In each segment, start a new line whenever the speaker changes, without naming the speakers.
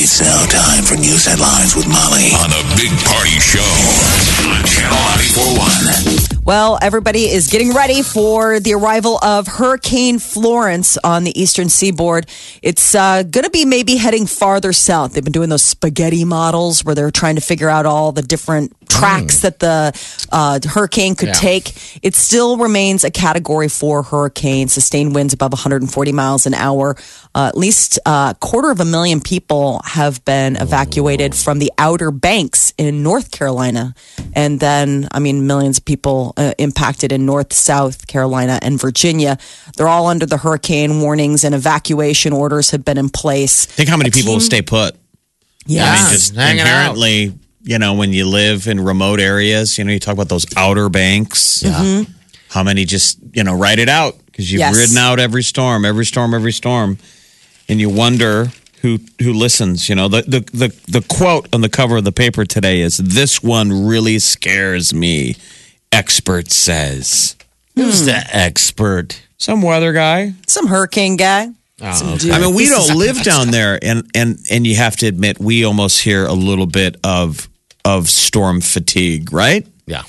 It's now time for news headlines with Molly on a big party show on Channel 941.
Well, everybody is getting ready for the arrival of Hurricane Florence on the eastern seaboard. It's uh, going to be maybe heading farther south. They've been doing those spaghetti models where they're trying to figure out all the different tracks that the uh, hurricane could take. It still remains a category four hurricane, sustained winds above 140 miles an hour. Uh, at least a quarter of a million people have been evacuated from the Outer Banks in North Carolina. And then, I mean, millions of people uh, impacted in North, South Carolina, and Virginia. They're all under the hurricane warnings and evacuation orders have been in place.
Think how many people will stay put.
Yeah.
I mean, just
hanging out.
inherently, you know, when you live in remote areas, you know, you talk about those outer banks. Yeah. How many just, you know, write it out because you've
Yes.
ridden out every storm, every storm, every storm, and you wonder who who listens. You know, the the the, the quote on the cover of the paper today is "This one really scares me." Expert says, "Who's the expert?" Some weather guy.
Some hurricane guy. Some dude.
Oh, I mean, we
This is-
don't live down there, and and and you have to admit, we almost hear a little bit of of storm fatigue, right?
Yeah.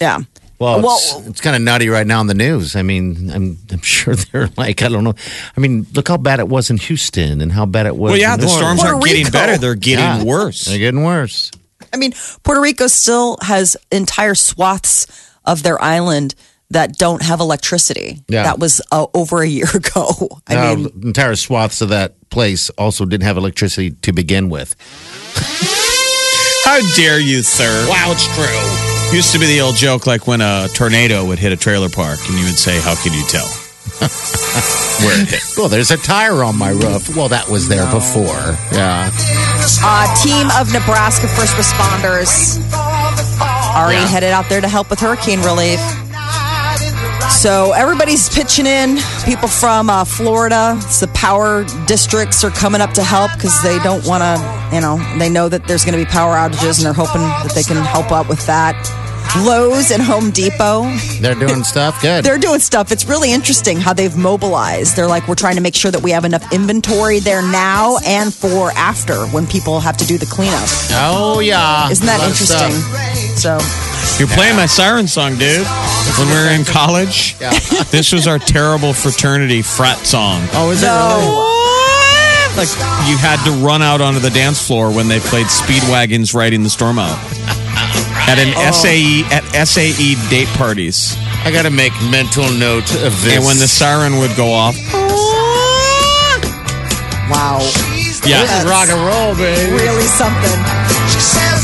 Yeah.
Well,
Well-
it's, it's kind of nutty right now in the news. I mean, I'm, I'm sure they're like, I don't know. I mean, look how bad it was in Houston and how bad it was.
Well, yeah,
in
the
New
storms
Orleans.
Puerto
aren't getting
Rico.
better; they're getting
Yeah.
worse.
They're getting worse.
I mean, Puerto Rico still has entire swaths of their island that don't have electricity.
Yeah.
That was uh, over a year ago. I
Uh,
mean,
entire swaths of that place also didn't have electricity to begin with.
How dare you, sir? Wow, it's true. Used to be the old joke, like when a tornado would hit a trailer park, and you would say, "How could you tell?" Where it hit.
Well, there's a tire on my roof. Well, that was there before. Yeah.
uh, team of Nebraska first responders already
Yeah.
headed out there to help with hurricane relief. So everybody's pitching in. People from uh, Florida, it's the power districts are coming up to help because they don't want to, you know, they know that there's going to be power outages and they're hoping that they can help out with that. Lowe's and Home Depot,
They're doing stuff good.
they're doing stuff. It's really interesting how they've mobilized. They're like, we're trying to make sure that we have enough inventory there now and for after when people have to do the cleanup.
oh, yeah.
Isn't that
A lot of stuff.
interesting? So,
You're playing my siren song, dude. When we were in college, this was our terrible fraternity frat song.
Oh, is it really?
Like you had to run out onto the dance floor when they played Speedwagons riding the storm out at an SAE at SAE date parties,
I got to make mental note of this.
and when the siren would go off,
wow,
yeah,
Yes.
rock and roll, baby.
really something.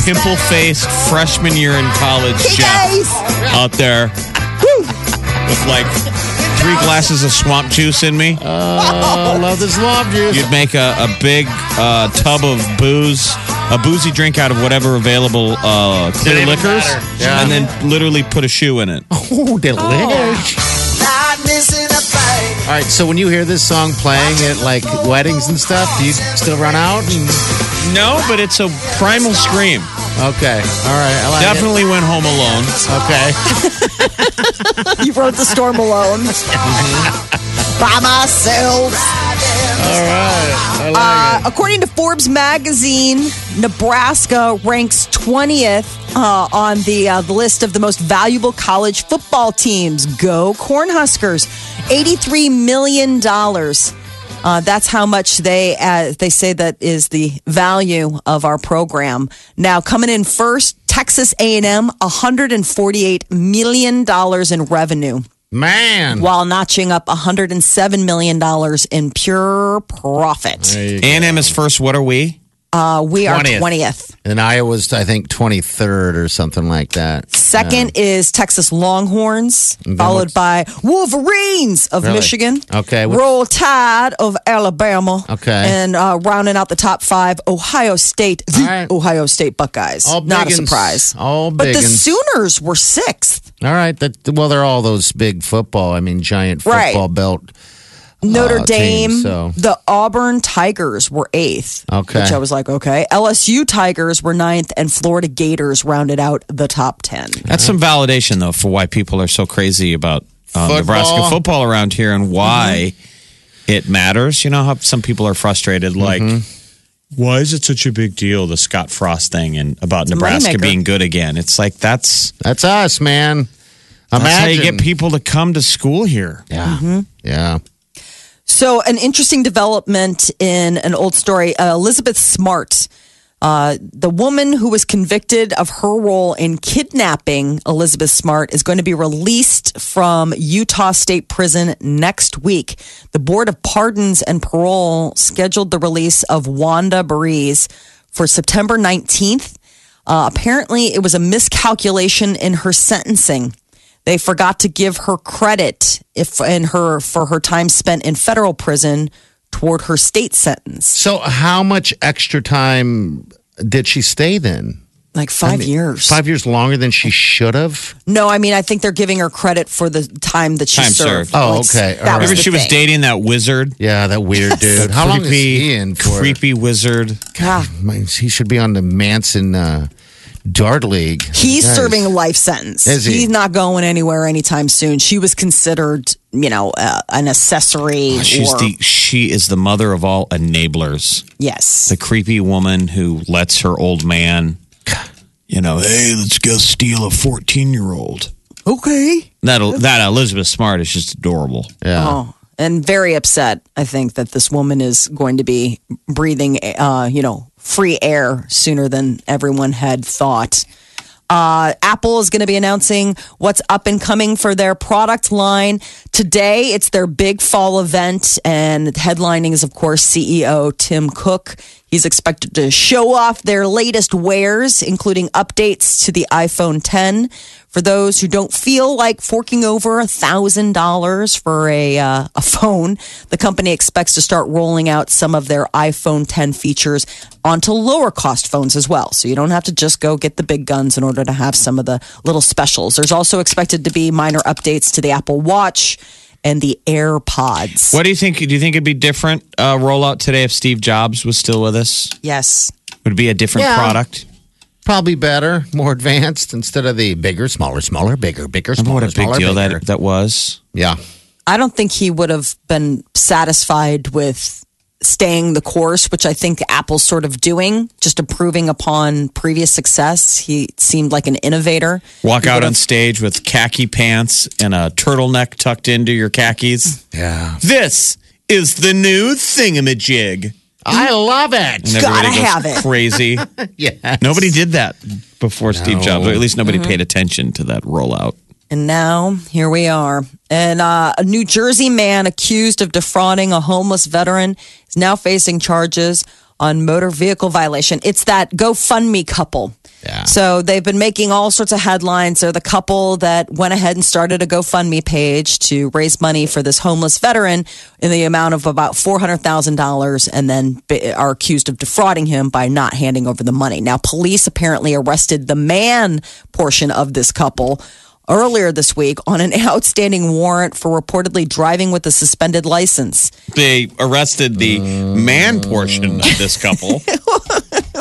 pimple faced freshman year in college, Jeff,
Guys,
out there with like three glasses of swamp juice in me.
I Oh, love this love juice.
You'd make a, a big uh, tub of booze, a boozy drink out of whatever available uh, clear
Didn't even
liquors,
matter. Yeah.
and then literally put a shoe in it.
Oh, delicious.
Oh.
All right, so when you hear this song playing at like weddings and stuff, do you still run out?
Mm.
And-
No, but it's a primal scream.
okay, all right, I like
Definitely went home alone.
it. Okay,
you rode the storm alone by myself.
all right, I like
Uh, according to Forbes magazine, Nebraska ranks 20th uh, on the, uh, the list of the most valuable college football teams. Go Cornhuskers, $83 million. Uh, that's how much they uh, they say that is the value of our program. Now coming in first, Texas A&M, 148 million dollars in revenue
it. Man,
while notching up 107 million dollars in pure profit.
A and M is first. What are we?
Uh, we are
20th.
20th.
And Iowa's, I think, 23rd or something like that.
Second is Texas Longhorns,
And then
followed
what's-
by Wolverines of
Really?
Michigan.
Okay, what-
Roll Tide of Alabama.
Okay.
And uh, rounding out the top five, Ohio State, the
All right.
Ohio State Buckeyes.
All
Not a
biggins.
surprise.
All
But the
biggins.
Sooners were sixth.
All right. That, well, they're all those big football, I mean, giant
Right.
football belt.
Notre
Uh,
Dame,
teams, so-
the Auburn Tigers were eighth.
Okay.
Which I was like, okay. LSU Tigers were ninth, and Florida Gators rounded out the top 10.
That's some validation, though, for why people are so crazy about um,
Football.
Nebraska football around here and why it matters. You know how some people are frustrated, like,
Mm-hmm.
why is it such a big deal, the Scott Frost thing and about
a
Nebraska
moneymaker.
being good again? It's like, that's,
That's us, man. Imagine.
that's how you get people Mm-hmm. to come to school here.
Yeah. Yeah.
So, an interesting development in an old story uh, Elizabeth Smart, uh, the woman who was convicted of her role in kidnapping Elizabeth Smart, is going to be released from Utah State Prison next week. The Board of Pardons and Parole scheduled the release of Wanda Breeze for September 19th. Uh, apparently, it was a miscalculation in her sentencing. They forgot to give her credit if in her for her time spent in federal prison toward her state sentence,
So, how much extra time did she stay then?
like five years.
Five years longer than she should have?
No, I mean I think they're giving her credit for the time that she
Time
served.
served.
Oh,
Like,
okay.
that
All
was
Remember,
right.
the
she was
thing.
dating that wizard,
Yeah, that weird dude. How long is he in for?
creepy wizard.
Yeah.
Man, He should be on the Manson uh, Dart League.
He's
Guys.
serving a life sentence.
Is he?
He's not going anywhere anytime soon. She was considered, you know, uh, an accessory.
She's
or,
the Ah, she is the mother of all enablers.
yes.
the creepy woman who lets her old man, you know, hey, let's go steal a fourteen-year-old.
Okay.
That that Elizabeth Smart is just adorable.
Yeah.
Oh, and very upset. I think that this woman is going to be breathing, uh, you know, free air sooner than everyone had thought. Uh, Apple is going to be announcing what's up and coming for their product line today. It's their big fall event, and headlining is, of course, CEO Tim Cook. He's expected to show off their latest wares, including updates to the iPhone 10. For those who don't feel like forking over thousand dollars for a uh, a phone, the company expects to start rolling out some of their iPhone 10 features onto lower cost phones as well. So you don't have to just go get the big guns in order to have some of the little specials. There's also expected to be minor updates to the Apple Watch and the AirPods.
What do you think? Do you think it'd be different uh, rollout today if Steve Jobs was still with us?
Yes.
Would it be a different
Yeah.
product.
Probably better, more advanced instead of the bigger, smaller, smaller, bigger, bigger,
Remember
smaller,
what a big
smaller,
deal
bigger.
that that was.
yeah.
I don't think he would have been satisfied with staying the course, which I think Apple's sort of doing, just improving upon previous success. He seemed like an innovator.
Walk out on stage with khaki pants and a turtleneck tucked into your khakis.
Yeah.
This is the new thingamajig.
I love it.
And
Gotta
everybody goes
have it.
crazy.
Yeah.
Nobody did that before Steve Jobs, or at least nobody
Mm-hmm.
paid attention to that rollout.
And now here we are. And uh, a New Jersey man accused of defrauding a homeless veteran is now facing charges on motor vehicle violation. It's that GoFundMe couple.
Yeah.
So they've been making all sorts of headlines. They're the couple that went ahead and started a GoFundMe page to raise money for this homeless veteran in the amount of about $400,000 and then b- are accused of defrauding him by not handing over the money. Now, police apparently arrested the man portion of this couple earlier this week on an outstanding warrant for reportedly driving with a suspended license.
They arrested the man portion of this couple.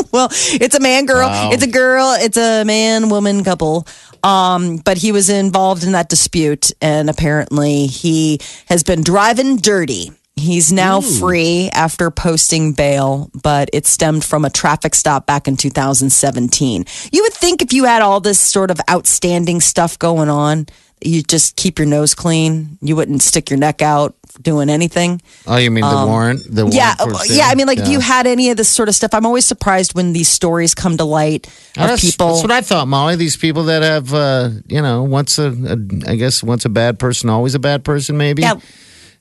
well, it's a man girl, it's a girl, it's a man woman couple. Um, but he was involved in that dispute, and apparently he has been driving dirty. He's now free after posting bail, but it stemmed from a traffic stop back in 2017. You would think if you had all this sort of outstanding stuff going on, you just keep your nose clean. You wouldn't stick your neck out doing anything.
Oh, you mean the warrant? The warrant
Um, Yeah,
for
uh,
sale?
yeah. I mean, like if
Yeah.
you had any of this sort of stuff, I'm always surprised when these stories come to light
Oh,
of
that's,
people.
That's what I thought, Molly. These people that have, uh, you know, once a, a, I guess once a bad person, always a bad person, maybe.
yeah,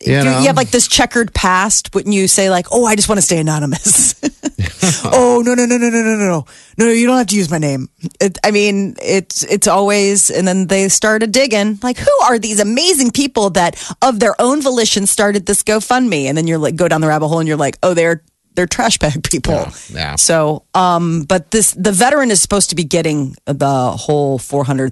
You
you,
know?
you have like this checkered past. Wouldn't you say like, "Oh, I just want to stay anonymous"? oh no no no no no no no no no you don't have to use my name it, i mean it's it's always and then they started digging like who are these amazing people that of their own volition started this gofundme and then you're like go down the rabbit hole and you're like oh they're they're trash bag people
yeah.
so um but this the veteran is supposed to be getting the whole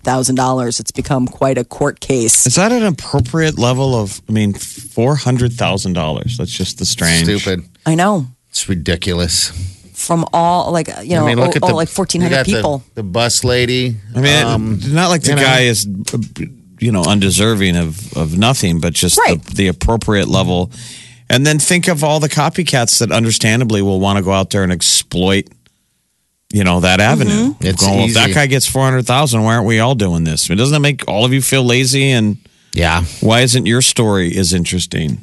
$400000 it's become quite a court case
Is that an appropriate level of? I mean, four hundred thousand dollars. That's just the strange.
Stupid.
i know
It's ridiculous.
from all like you know
I mean, look
oh,
at
oh,
the
like
you
1400
got the-
people
The, bus lady. um,
I mean, it's not like the
you know.
guy is, you know, undeserving of of nothing, but just
Right.
the, the appropriate level. And then think of all the copycats that, understandably, will want to go out there and exploit, you know, that avenue.
Mm-hmm. It's
Going, well, if that
easy.
guy gets four hundred thousand. Why aren't we all doing this? I mean, doesn't that make all of you feel lazy? And
Yeah,
why isn't your story as interesting?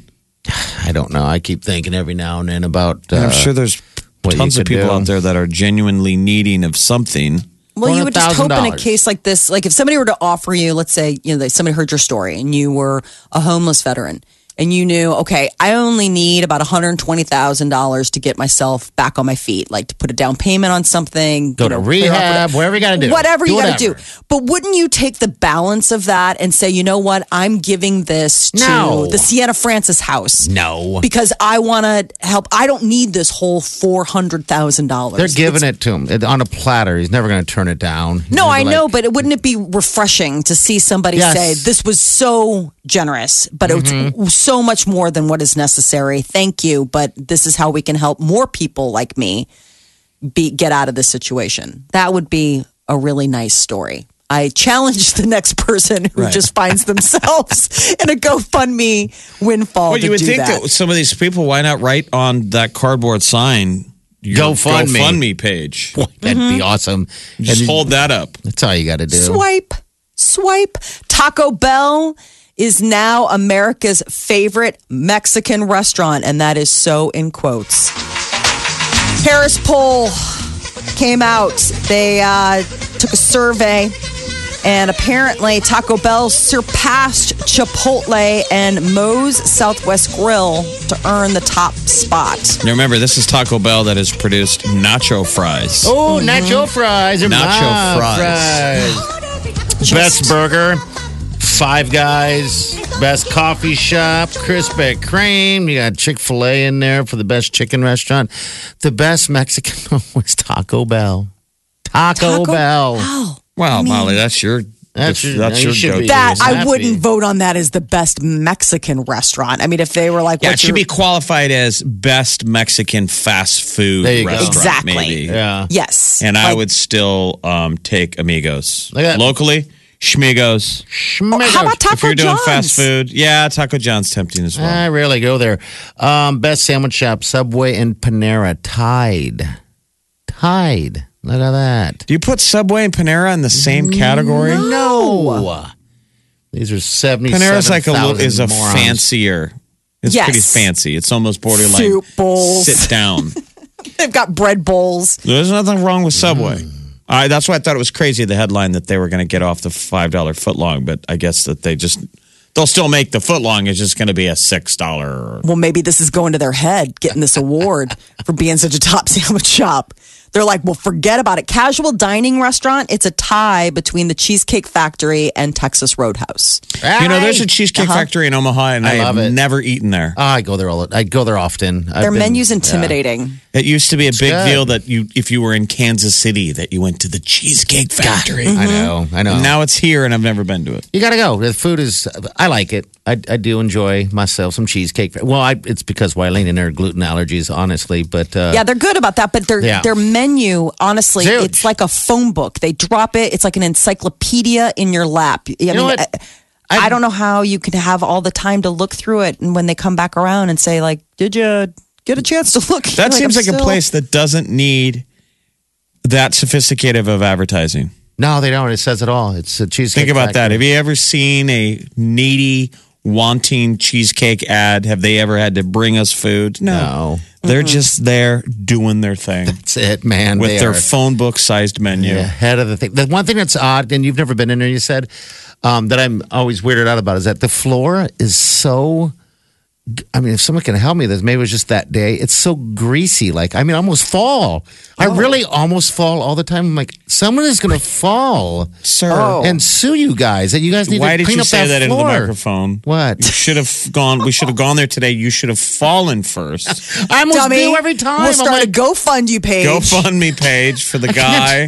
I don't know. I keep thinking every now and then about. Uh,
I'm sure there's
what you
tons of
could
people
do.
out there that are genuinely needing of something.
Well, you would just hope in a
$100,000.
case like this, like if somebody were to offer you, let's say, you know, that somebody heard your story and you were a homeless veteran and you knew, okay, I only need about $120,000 to get myself back on my feet, like to put a down payment on something,
Go
you
to
know, clear out
rehab, whatever you got to do.
Whatever you
Do
got to do. But wouldn't you take the balance of that and say, you know what? I'm giving this to
No.
the Sienna Francis house.
No.
Because I want to help. I don't need this whole $400,000.
They're giving it to him on a platter. He's never going to turn it down. He's
No,
gonna
I
be like,
know, but it, wouldn't it be refreshing to see somebody
Yes.
say, "This was so generous, but it's so much more than what is necessary. Thank you, but this is how we can help more people like me be get out of this situation." That would be a really nice story. I challenge the next person who just finds themselves in a GoFundMe windfall
Well,
to
Oh, you would
do
think
that.
that. some of these people, why not write on that cardboard sign your
GoFundMe.
GoFundMe page?
Boy, that'd
Mm-hmm.
be awesome.
Just
And
hold that up.
that's all you got to do.
Swipe, swipe. Taco Bell is now America's favorite Mexican restaurant, and that is so in quotes. Harris poll came out. They uh, took a survey, and apparently Taco Bell surpassed Chipotle and Moe's Southwest Grill to earn the top spot.
Now remember, this is Taco Bell that has produced nacho fries.
Oh, nacho fries. Or
Mm-hmm. Nacho
my
fries.
fries. Best burger. Five Guys, best coffee shop, Krispy Kreme. You got Chick Fil A in there for the best chicken restaurant. The best Mexican was Taco Bell. Taco, Bell.
Wow, Molly, that's your that's,
That's your- you
your
should
go.
be-
That
Happy.
I wouldn't vote on that as the best Mexican restaurant. I mean, if they were like,
Yeah, it
what's
should
your-
be qualified as best Mexican fast food
There you go.
restaurant,
Exactly.
maybe.
Yeah,
Yes.
And I
Like,
would still um, take Amigos
Look at-
locally. Schmigos.
How about Taco
if you're doing
John's?
fast food, yeah, Taco John's tempting as well.
I rarely go there. Um, best sandwich shop, Subway and Panera, tied, tied. Look at that.
Do you put Subway and Panera in the same category?
No, these are seventy.
Panera's like a little, is a fancier. It's
Yes.
pretty fancy. It's almost borderline
Soup bowls.
sit down.
They've got bread bowls.
There's nothing wrong with Subway.
Mm.
I, that's why I thought it was crazy the headline that they were going to get off the five dollar footlong, but I guess that they just they'll still make the footlong. It's just going to be a six dollar.
Well, maybe this is going to their head, getting this award for being such a top sandwich shop. They're like, well, forget about it. Casual dining restaurant, it's a tie between the Cheesecake Factory and Texas Roadhouse.
You know, there's a cheesecake
Uh-huh.
factory in Omaha, and I,
love
have
it. Uh,
never eaten there.
Oh, I go there all. I go there often.
Their menu's intimidating.
It used to be a big
good.
deal that you, if you were in Kansas City, that you went to the Cheesecake Factory.
I know. I know.
And Mm-hmm. now it's here, and I've never been to it.
You gotta go. The food is. I like it. I, I do enjoy myself some cheesecake. Well, I, it's because Wileen and her gluten allergies, honestly. But uh,
Yeah, they're good about that, but their
Yeah.
their menu, honestly,
Huge.
it's like a phone book. They drop it; it's like an encyclopedia in your lap. I mean,
know what?
I, I don't know how you can have all the time to look through it, and when they come back around and say, like, "Did you get a chance to look?"
That seems
I'm
like a
still-
place that doesn't need that sophisticated of advertising.
no, they don't. It says it all. It's a cheesecake.
Think about
factory.
that. Have you ever seen a needy, wanting cheesecake ad? Have they ever had to bring us food?
No.
They're just there doing their thing
That's it, man.
with
They
their
are-
phone book sized menu.
ahead of the thing. The one thing that's odd, and you've never been in there, you said um, that I'm always weirded out about is that the floor is so I mean, if someone can help me, this maybe it was just that day. It's so greasy. Like, I mean, I almost fall. I
Oh.
really almost fall all the time. I'm like, someone is going to fall
Sir,
and sue you guys, and you guys Oh, need
Oh. why
to
did
clean
you
up
say that, into the
floor.
microphone? You
What?
should have gone. We should have gone there today. You should have fallen first.
I almost
Dummy.
do every time.
We'll
I'm
start
like,
a GoFund you page.
GoFundMe page for the guy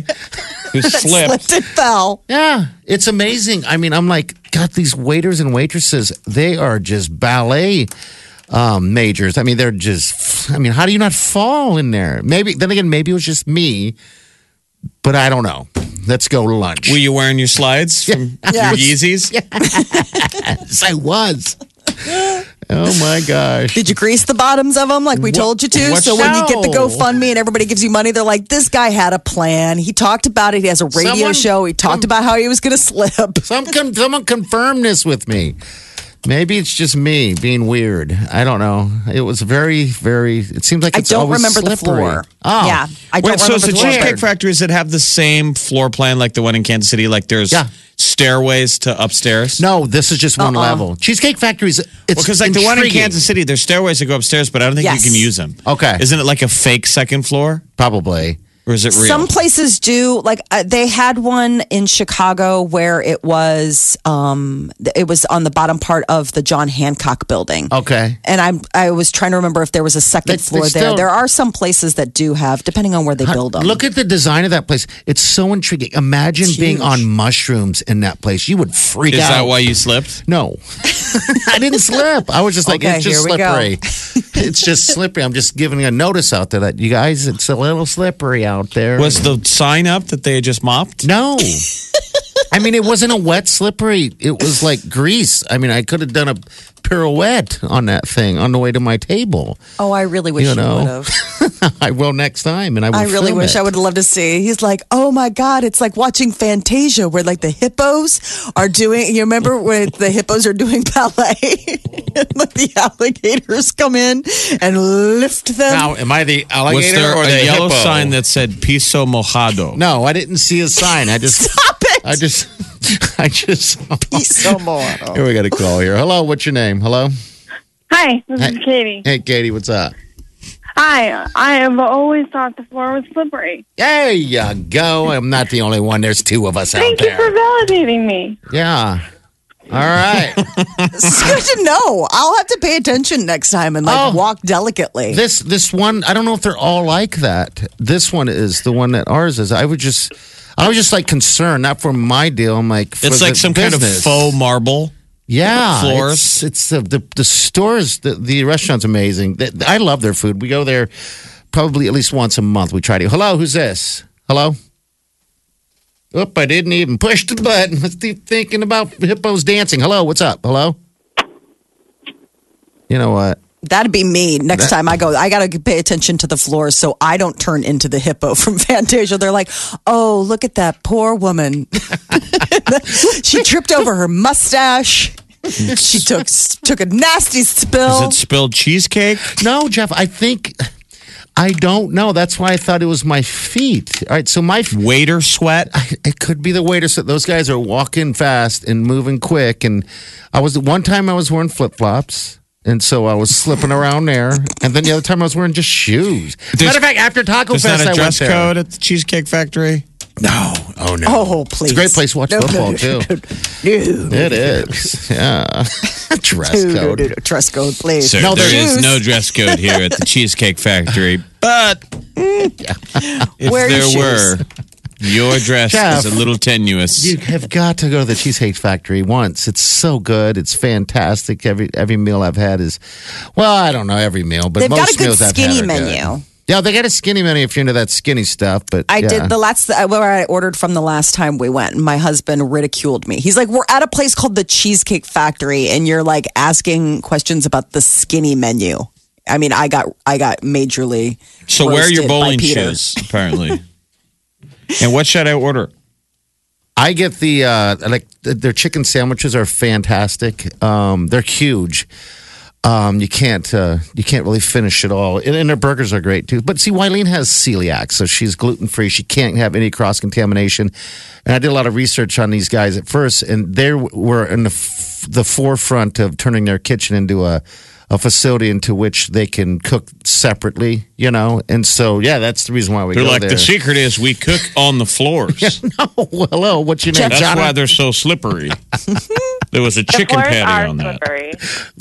who slipped.
Slipped and fell.
Yeah, it's amazing. I mean, I'm like, God, these waiters and waitresses, they are just ballet um, majors. I mean, they're just, I mean, how do you not fall in there? Maybe, then again, maybe it was just me, but I don't know. Let's go to lunch.
Were you wearing your slides from
Yeah.
your Yeezys?
yes, I was. oh my gosh.
Did you grease the bottoms of them like we told you to?
what's-
So when you get the
No.
GoFundMe and everybody gives you money, they're like, this guy had a plan. He talked about it. He has a radio
Someone-
show. He talked about how he was going to slip.
Some con- someone confirm this with me. Maybe it's just me being weird. I don't know. It was very, very. It seems like
I
it's
don't
always
remember the
slippery.
floor.
Oh,
Yeah. I don't
Wait, so
remember
it's the
the floor.
cheesecake factories that have the same floor plan like the one in Kansas City? Like there's
Yeah.
stairways to upstairs?
No, this is just one level. Cheesecake Factory's it's
Because like the one in
intriguing.
Kansas City, there's stairways that go upstairs, but I don't think
Yes.
you can use them.
Okay.
Isn't it like a fake second floor?
probably.
Or is it real?
Some places do. Like uh, they had one in Chicago where it was um th- it was on the bottom part of the John Hancock building.
Okay,
And I'm I was trying to remember if there was a second
They- they
floor there.
still-
There are some places that do have, depending on where they build them.
look at the design of that place. It's so intriguing. Imagine being on mushrooms in that place. You would freak
Is
out.
that why you slipped?
No, I didn't slip. I was just like,
Okay,
it's just
here we go.
slippery. it's just slippery. I'm just giving a notice out there that you guys, it's a little slippery out there.
Was the sign up that they had just mopped?
no. I mean, it wasn't a wet slippery. It was like grease. I mean, I could have done a pirouette on that thing on the way to my table.
Oh, I really wish
You
you,
know.
would have.
I will next time, and I will.
I really
film
wish
it.
I would love to see. He's like, oh my god, it's like watching Fantasia, where like the hippos are doing. You remember when the hippos are doing ballet, and like the alligators come in and lift them.
Now, am I the
Was
alligator
there
or
a
the
yellow
hippo?
sign that said piso mojado?
No, I didn't see a sign. I just.
Stop it!
I just. I just.
so moral.
Here we got a call here. Hello, what's your name? Hello.
Hi, this
Hi.
is Katie.
Hey, Katie, what's up?
Hi, I have always thought the floor was slippery.
There you go. I'm not the only one. There's two of us
Thank
out
you for
there.
validating me.
Yeah. All right.
It's good to know. I'll have to pay attention next time and like
Oh.
walk delicately.
this this one, I don't know if they're all like that. This one is the one that ours is. I would just. I was just like concerned, not for my deal. I'm like, for
It's like
the
some kind of
business.
faux marble.
Yeah,
Floors.
It's, it's uh, the, the the stores. The, the restaurant's amazing. Th- I love their food. We go there probably at least once a month. We try to. Hello, who's this? Hello. Oop! I didn't even push the button. I was th- thinking about hippos dancing. Hello, what's up? Hello. You know what?
That'd be me next time I go. I got to pay attention to the floor so I don't turn into the hippo from Fantasia. They're like, oh, look at that poor woman. she tripped over her mustache. She took took a nasty
Is
spill.
it spilled cheesecake?
No, Jeff. I think I don't know. That's why I thought it was my feet. All right, so my f-
Waiter sweat?
it could be the waiter. So those guys are walking fast and moving quick. And I was one time I was wearing flip flops. And so I was slipping around there, and then the other time I was wearing just shoes. Matter of fact, after Taco
There's
Fest,
not
I
a
went
dress
there.
code at the Cheesecake Factory?
No, oh no,
Oh, please.
it's a great place to watch
No,
football
no,
too.
No,
It is, yeah. dress
no, no,
code.
no, no. Trust code, please.
Sir,
No,
there
there
is
is.
no dress code here at the Cheesecake Factory. But if
Wear your
there were, your dress
Jeff.
is a little tenuous.
You have got to go to the Cheesecake Factory once. It's so good. It's fantastic. Every every meal I've had is, well, I don't know every meal, but
They've got
most
a good
meals I've had
skinny
are good.
menu.
Yeah, they got a skinny menu if you're into that skinny stuff. But
I
yeah.
did the last where I ordered from the last time we went. and My husband ridiculed me. He's like, "We're at a place called the Cheesecake Factory, and you're like asking questions about the skinny menu." I mean, I got I got majorly.
so wear
roasted
your
by
bowling
Peter.
shoes, apparently. and what should I order?
I get the uh, like th- their chicken sandwiches are fantastic. Um, they're huge. Um, you can't uh, you can't really finish it all, and, and their burgers are great too. But see, Wileen has celiac, so she's gluten free. She can't have any cross contamination. And I did a lot of research on these guys at first, and they were in the f- the forefront of turning their kitchen into a a facility into which they can cook separately, you know? And so, yeah, that's the reason why we
They're
go
like,
there.
the secret is we cook on the floors.
no, hello, what's your name?
That's
Johnna?
why they're so slippery. there was a chicken
Floors
patty
are
on that.
slippery.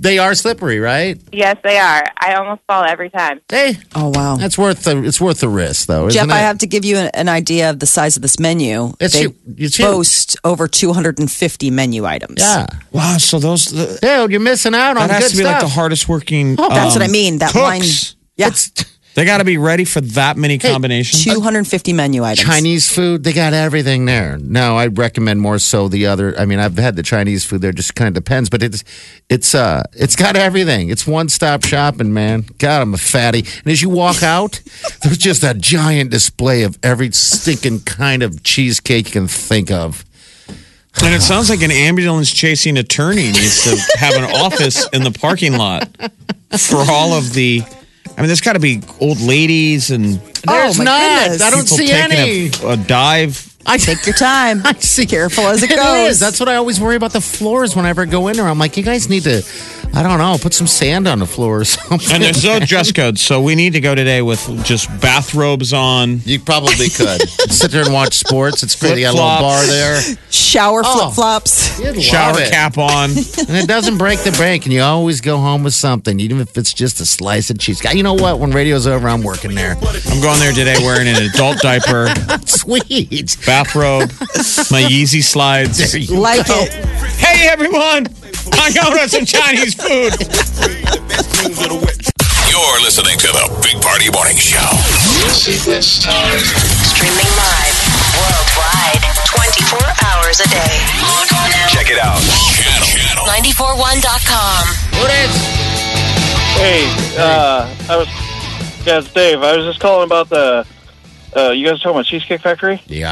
They are slippery, right?
Yes, they are. I almost fall every time.
Hey,
Oh, wow.
that's worth the it's worth the risk, though, isn't
Jeff,
it?
I have to give you an, an idea of the size of this menu.
It's
they
hu- it's huge.
boast over 250 menu items.
yeah,
Wow, so those the,
dude, you're missing out on
that has
good
to be
stuff.
like the hardest working.
That's what
um,
I mean. That line.
cooks.
Yeah.
They got to be ready for that many combinations.
250 menu items.
Chinese food, they got everything there. No, I recommend more so the other. I mean, I've had the Chinese food there; just kind of depends, but it's it's uh it's got everything. It's one stop shopping, man. God, I'm a fatty. And as you walk out, there's just a giant display of every stinking kind of cheesecake you can think of.
And it sounds like an ambulance chasing attorney needs to have an office in the parking lot for all of the. I mean, there's got to be old ladies and
There's
Oh, my
not.
goodness.
I don't
people
see
taking
any.
A, a dive.
I
Take your time.
I see.
Careful as it
It
goes.
is. That's what I always worry about the floors whenever I go in there. I'm like, you guys need to, I don't know, put some sand on the floor or something.
And there's no dress code, so we need to go today with just bathrobes on.
You probably could sit there and watch sports. It's great. They got a little bar
Flip-flops.
there.
Shower
Oh.
flip flops.
You'd love
Shower
it.
cap on.
And it doesn't break the bank, and you always go home with something, even if it's just a slice of cheese. You know what? When radio's over, I'm working there.
I'm going there today wearing an adult diaper,
Sweet.
bathrobe, my Yeezy slides.
Like it.
Hey everyone, I got some Chinese food.
You're listening to the Big Party Morning Show.
Streaming live worldwide 24 hours a day.
Check it out. Channel,
941.com.
Hey, uh, I was, yeah, it's Dave. I was just calling about the, uh, you guys talking about Cheesecake Factory?
Yeah.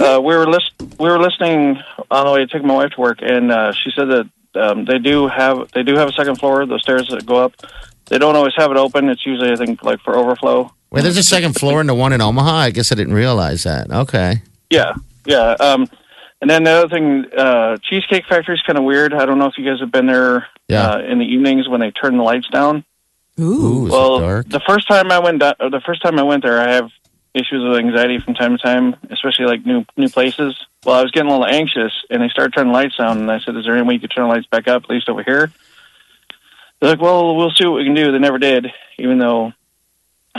Uh, we were list, we were listening on the way to take my wife to work, and uh, she said that um, they do have they do have a second floor, the stairs that go up. They don't always have it open. It's usually I think like for overflow.
Wait, there's a second floor and the one in Omaha? I guess I didn't realize that. Okay.
Yeah, yeah. Um, and then the other thing, uh, Cheesecake Factory's kind of weird. I don't know if you guys have been there
Yeah.
uh, in the evenings when they turn the lights down.
Ooh,
Ooh.
is
well,
it dark?
the first time I went, do- the first time I went there, I have issues with anxiety from time to time, especially like new new places. Well, I was getting a little anxious, and they started turning the lights down, and I said, "Is there any way you could turn the lights back up, at least over here?" They're like, "Well, we'll see what we can do." They never did, even though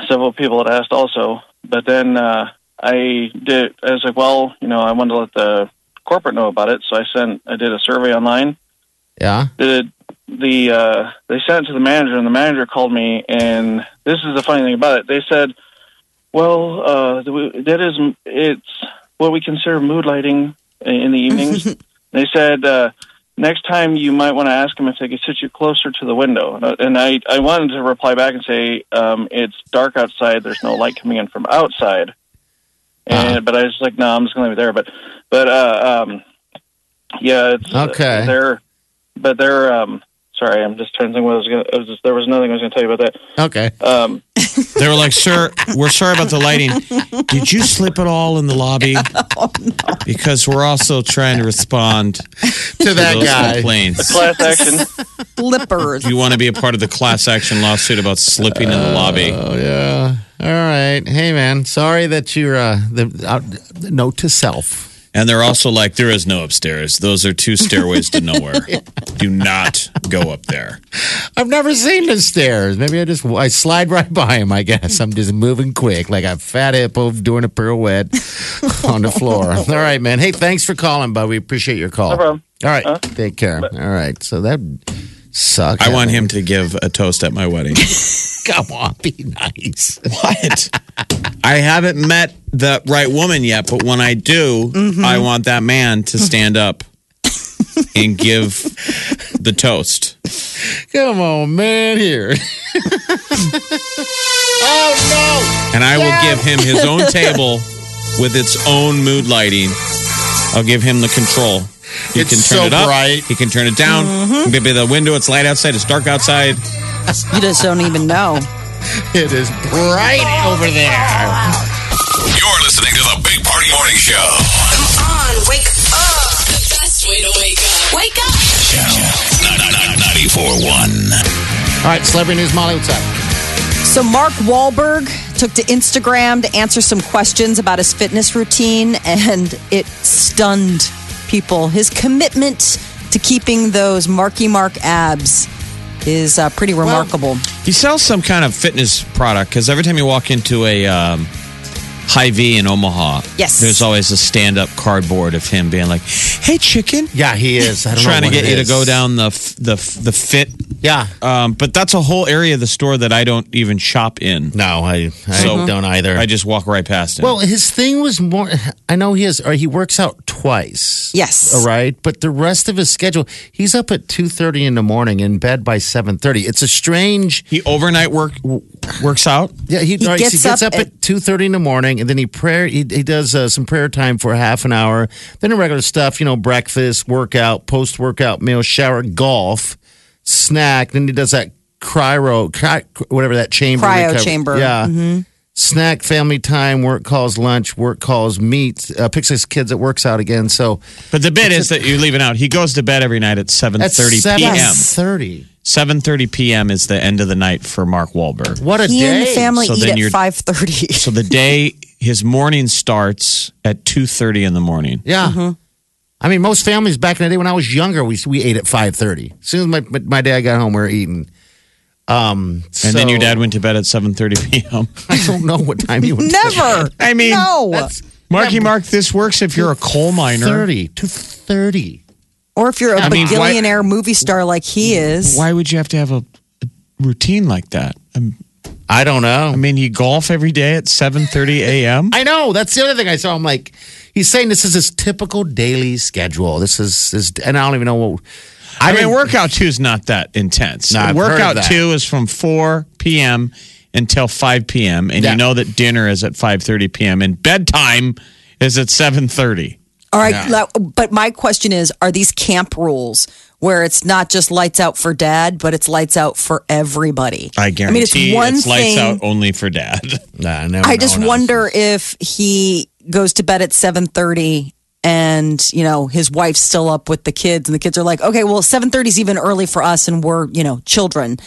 several people had asked also. But then uh, I did. I was like, "Well, you know, I wanted to let the corporate know about it," so I sent. I did a survey online
Yeah.
the the uh, they sent it to the manager, and the manager called me. And this is the funny thing about it. They said, "Well, uh, the- that is it's what we consider mood lighting in the evenings." they said, uh, "Next time you might want to ask them if they could sit you closer to the window." And I- And I I wanted to reply back and say, um, "It's dark outside. There's no light coming in from outside." And but I was like, "No, I'm just gonna leave it there." But but uh, um, yeah, it's uh,
Okay.
They're but they're um sorry i'm just trying to think what i was gonna I was just, there was nothing i was gonna tell you about
Okay.
that um
They were like, "Sir, we're sorry about the lighting. Did you slip it all in the lobby? Because we're also trying to respond
Oh, To
to
that
those
guy.
complaints.
class action
Flippers.
You want to be a part of the class action lawsuit about slipping in the lobby?
Oh, yeah. All right. Hey, man. Sorry that you're, uh, the uh, note to self.
And they're also like, there is no upstairs. Those are two stairways to nowhere. Do not go up there.
I've never seen the stairs. Maybe I just I slide right by him. I guess I'm just moving quick, like a fat hippo doing a pirouette on the floor. All right, man. Hey, thanks for calling, bud. We appreciate your call.
No problem.
All right, take care. All right, so that sucks.
I want him to give a toast at my wedding.
Come on, be nice.
What? I haven't met the right woman yet, but when I do,
Mm-hmm.
I want that man to stand up and give the toast.
Come on, man. Here. oh
And I will give him his own table with its own mood lighting. I'll give him the control. He
It's
can
so
turn it up.
bright. Mm-hmm.
He can turn it down. Maybe the window, it's light outside, it's dark outside.
You just don't even know.
no! It is bright over there.
You're listening to the Big Party Morning Show.
Come on, wake up. The best way to wake up. Wake up.
Channel 941.
All right, celebrity news, Molly, what's up?
So Mark Wahlberg took to Instagram to answer some questions about his fitness routine, and it stunned people. His commitment to keeping those Marky Mark abs is uh, pretty remarkable.
He sells some kind of fitness product because every time you walk into a um, High V in Omaha,
Yes.
there's always a stand-up cardboard of him being like, "Hey, chicken."
Yeah, he is. I don't
Trying
know
to
what
get
it
you to
is.
go down the f- the f- the fit,
Yeah.
um, but that's a whole area of the store that I don't even shop in.
No, I, I
So-
don't either.
I just walk right past it.
Uh-huh. well, his thing was more. I know he is. Or he works out twice.
Yes.
All right, but the rest of his schedule, he's up at two thirty in the morning, in bed by seven thirty. It's a strange.
he overnight work w- works out.
Yeah, he, all right, so he
gets
gets
up
up, at two thirty in the morning, and then he prayer. He, he does uh, some prayer time for half an hour. Then the regular stuff, you know, breakfast, workout, post workout meal, shower, golf, snack. Then he does that cryo, cry, whatever that chamber,
Cryo chamber. Mm-hmm.
Yeah. Snack, family time, work calls, lunch, work calls, meet, uh, picks his kids that works out again. So
But the bit is that you're leaving out. He goes to bed every night at
that's
7:30
seven
p.m.
thirty.
7:30 p.m. is the end of the night for Mark Wahlberg.
What a
He
day!
and the family
So
eat
then
at
you're-
five thirty.
So the day his morning starts at 2:30 in the morning.
Yeah. I mean, most families back in the day when I was younger, we we ate at five thirty. As soon as my my- my dad got home, we were eating. Um,
And then your dad went to bed at 7:30 p.m.
I don't know what time he went. to
Never.
I mean,
no.
Marky Mark, this works if you're a coal miner.
Thirty to thirty.
or if you're a
I mean, why-
billionaire movie star like he is,
Why would you have to have a, a routine like that? Um,
I don't know.
I mean, you golf every day at 7:30 a.m.
I know that's the other thing I saw. I'm like, he's saying this is his typical daily schedule. This is this, and I don't even know what.
I mean,
didn't-
workout two is not that intense.
No, I've heard
workout
of that.
two is from 4 p.m. until 5 p.m. And
Yeah.
you know that dinner is at 5:30 p.m. and bedtime is at 7:30.
All right, la- but my question is: Are these camp rules where it's not just lights out for dad, but it's lights out for everybody?
I guarantee
I mean, it's one
it's
thing.
lights out only for dad.
Nah, never
I
know
just
now.
wonder if he goes to bed at seven thirty, and you know his wife's still up with the kids, and the kids are like, "Okay, well, seven thirty is even early for us, and we're you know children."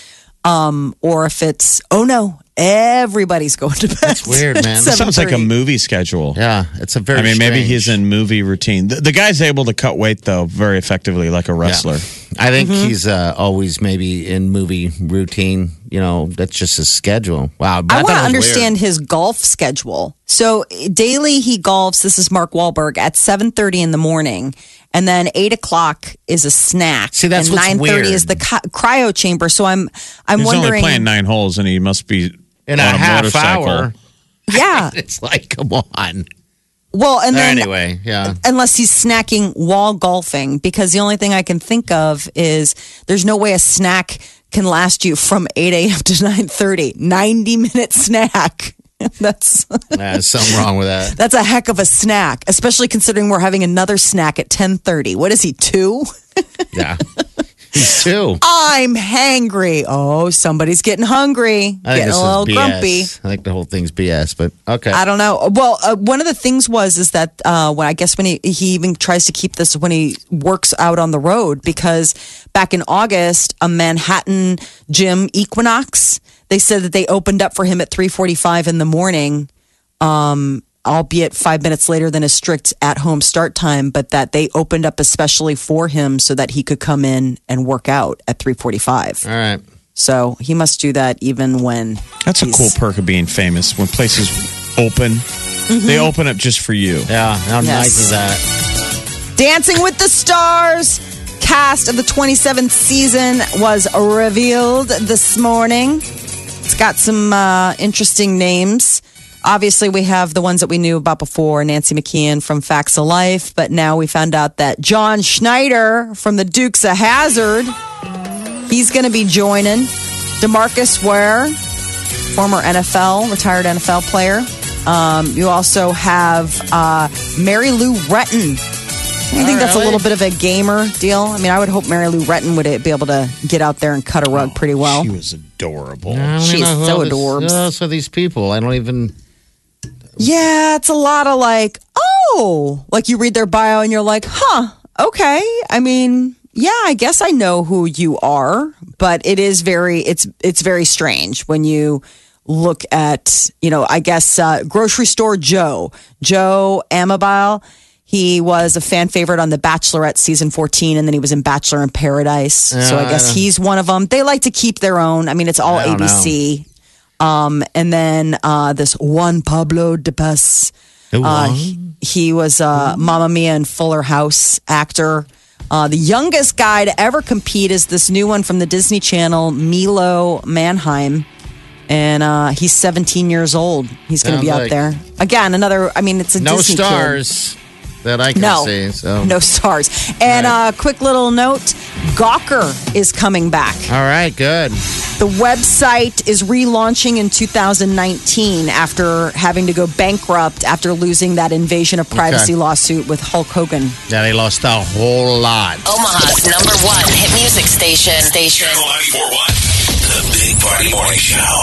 Um, or if it's, "Oh no, everybody's going to bed." That's
weird, man. That
Sounds like a movie schedule.
Yeah, it's a very.
I mean, maybe
strange-
he's in movie routine. The, the guy's able to cut weight though very effectively, like a wrestler.
I think
Mm-hmm.
he's uh, always maybe in movie routine. You know, that's just his schedule. Wow. but
I want to
thought it was weird.
understand his golf schedule. So daily he golfs. This is Mark Wahlberg at seven thirty in the morning, and then eight o'clock is a snack.
See, that's
and
what's
nine thirty is
weird.
the co- cryo chamber. So I'm I'm
He's only
wondering.
playing nine holes, and he must be
in a,
on a,
half
motorcycle.
hour.
yeah.
It's like, come on.
Well, and then
anyway, yeah.
unless he's snacking while golfing, because the only thing I can think of is there's no way a snack can last you from eight a.m. to nine thirty. Ninety minute snack. That's
There's something wrong with that.
That's a heck of a snack, especially considering we're having another snack at 10:30. What is he, 2?
Yeah. He's two.
I'm hangry. Oh, somebody's getting hungry.
I think
Getting
this
a little
is BS.
grumpy.
I think the whole thing's BS, but okay.
I don't know. Well, uh, one of the things was is that uh, when I guess when he he even tries to keep this when he works out on the road because back in August, a Manhattan gym Equinox, they said that they opened up for him at 3:45 in the morning. Um albeit 5 minutes later than a strict at-home start time, but that they opened up especially for him so that he could come in and work out at 3:45.
All right.
So, he must do that even when
That's a
he's-
cool perk of being famous when places open. They open up just for you.
Yeah. How nice
Yes.
is that?
Dancing with the Stars cast of the 27th season was revealed this morning. It's got some uh, interesting names. Obviously, we have the ones that we knew about before Nancy McKeon from Facts of Life, but now we found out that John Schneider from the Dukes of Hazard, he's going to be joining. Demarcus Ware, former NFL, retired NFL player. Um, you also have uh, Mary Lou Retton. You think that's a little bit of a gamer deal? I mean, I would hope Mary Lou Retton would be able to get out there and cut a rug pretty well.
She was adorable.
I don't even
She's
know who
so
all this-
adorbs.
who else are these people? I don't even.
Yeah, it's a lot of like, oh, like you read their bio and you're like, huh, okay. I mean, Yeah, I guess I know who you are, but it is very it's it's very strange when you look at you know I guess uh, grocery store Joe Joe Amabile. He was a fan favorite on The Bachelorette season 14, and then he was in Bachelor in Paradise. so I guess he's one of them. They like to keep their own. I mean, it's all
I don't
ABC. Um, and then uh, this Juan Pablo de Paz. Uh, he, he was uh, Mamma Mia and Fuller House actor. Uh, the youngest guy to ever compete is this new one from the Disney Channel, Milo Manheim. And uh, he's 17 years old. He's going to be up
Sounds like-
there. Again, another, I mean, it's a
no
Disney kid.
stars that I can
No,
see. So
no stars. And
Right.
uh, quick little note Gawker is coming back.
All right, good.
The website is relaunching in 2019 after having to go bankrupt after losing that invasion of privacy
Okay.
lawsuit with Hulk Hogan.
Yeah, they lost a whole lot.
Omaha's number one hit music station. Station.
Channel 941. The Big Party Morning Show.